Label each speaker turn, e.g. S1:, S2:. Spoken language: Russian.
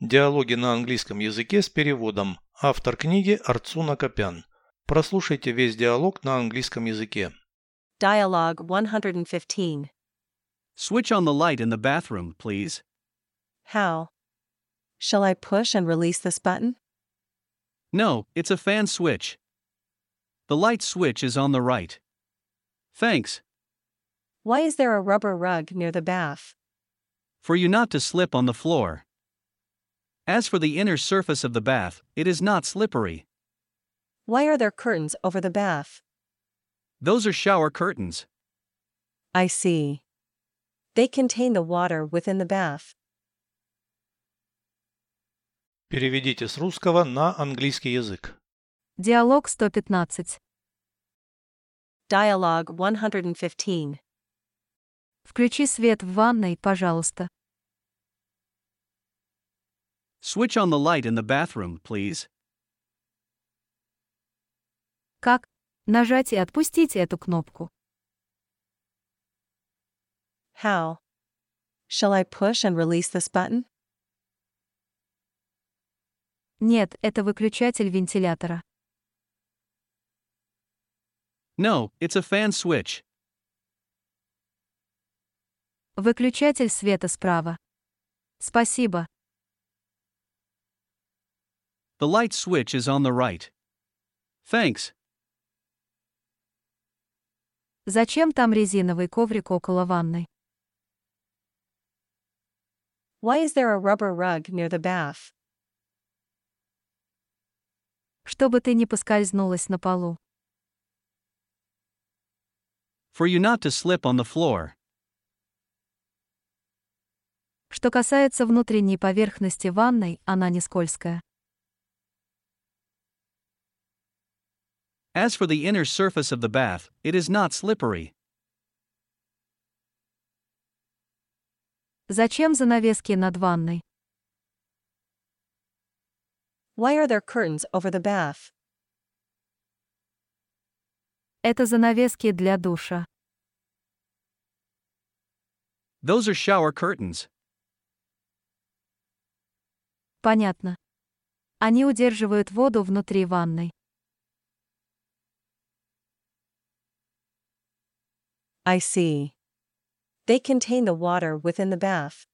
S1: Диалоги на английском языке с переводом. Автор книги Арцуна Копян. Прослушайте весь диалог на английском языке.
S2: Dialogue 115.
S3: Switch on the light in the bathroom, please.
S2: How? Shall I push and release this button?
S3: No, it's a fan switch. The light switch is on the right. Thanks.
S2: Why is there a rubber rug near the bath?
S3: For you not to slip on the floor. As for the inner surface of the bath, it is not slippery.
S2: Why are there curtains over the bath?
S3: Those are shower curtains.
S2: I see. They contain the water within the bath.
S1: Переведите с русского на английский язык.
S4: Диалог 115.
S2: Dialogue 115.
S4: Включи свет в ванной, пожалуйста.
S3: Switch on the light in the bathroom, please.
S4: Как? Нажать и отпустить эту кнопку.
S2: How? Shall I push and release this button?
S4: Нет, это выключатель вентилятора.
S3: No, it's a fan switch.
S4: Выключатель света справа. Спасибо.
S3: The light switch is on the right. Thanks.
S4: Зачем там резиновый коврик около ванной?
S2: Why is there a rubber rug near the bath?
S4: Чтобы ты не поскользнулась на полу.
S3: For you not to slip on the floor.
S4: Что касается внутренней поверхности ванной, она не скользкая.
S3: As for the inner surface of the bath, it is not slippery.
S4: Зачем занавески над ванной?
S2: Why are there curtains over the bath?
S4: Это занавески для душа.
S3: Those are shower curtains.
S4: Понятно. Они удерживают воду внутри ванной.
S2: I see. They contain the water within the bath.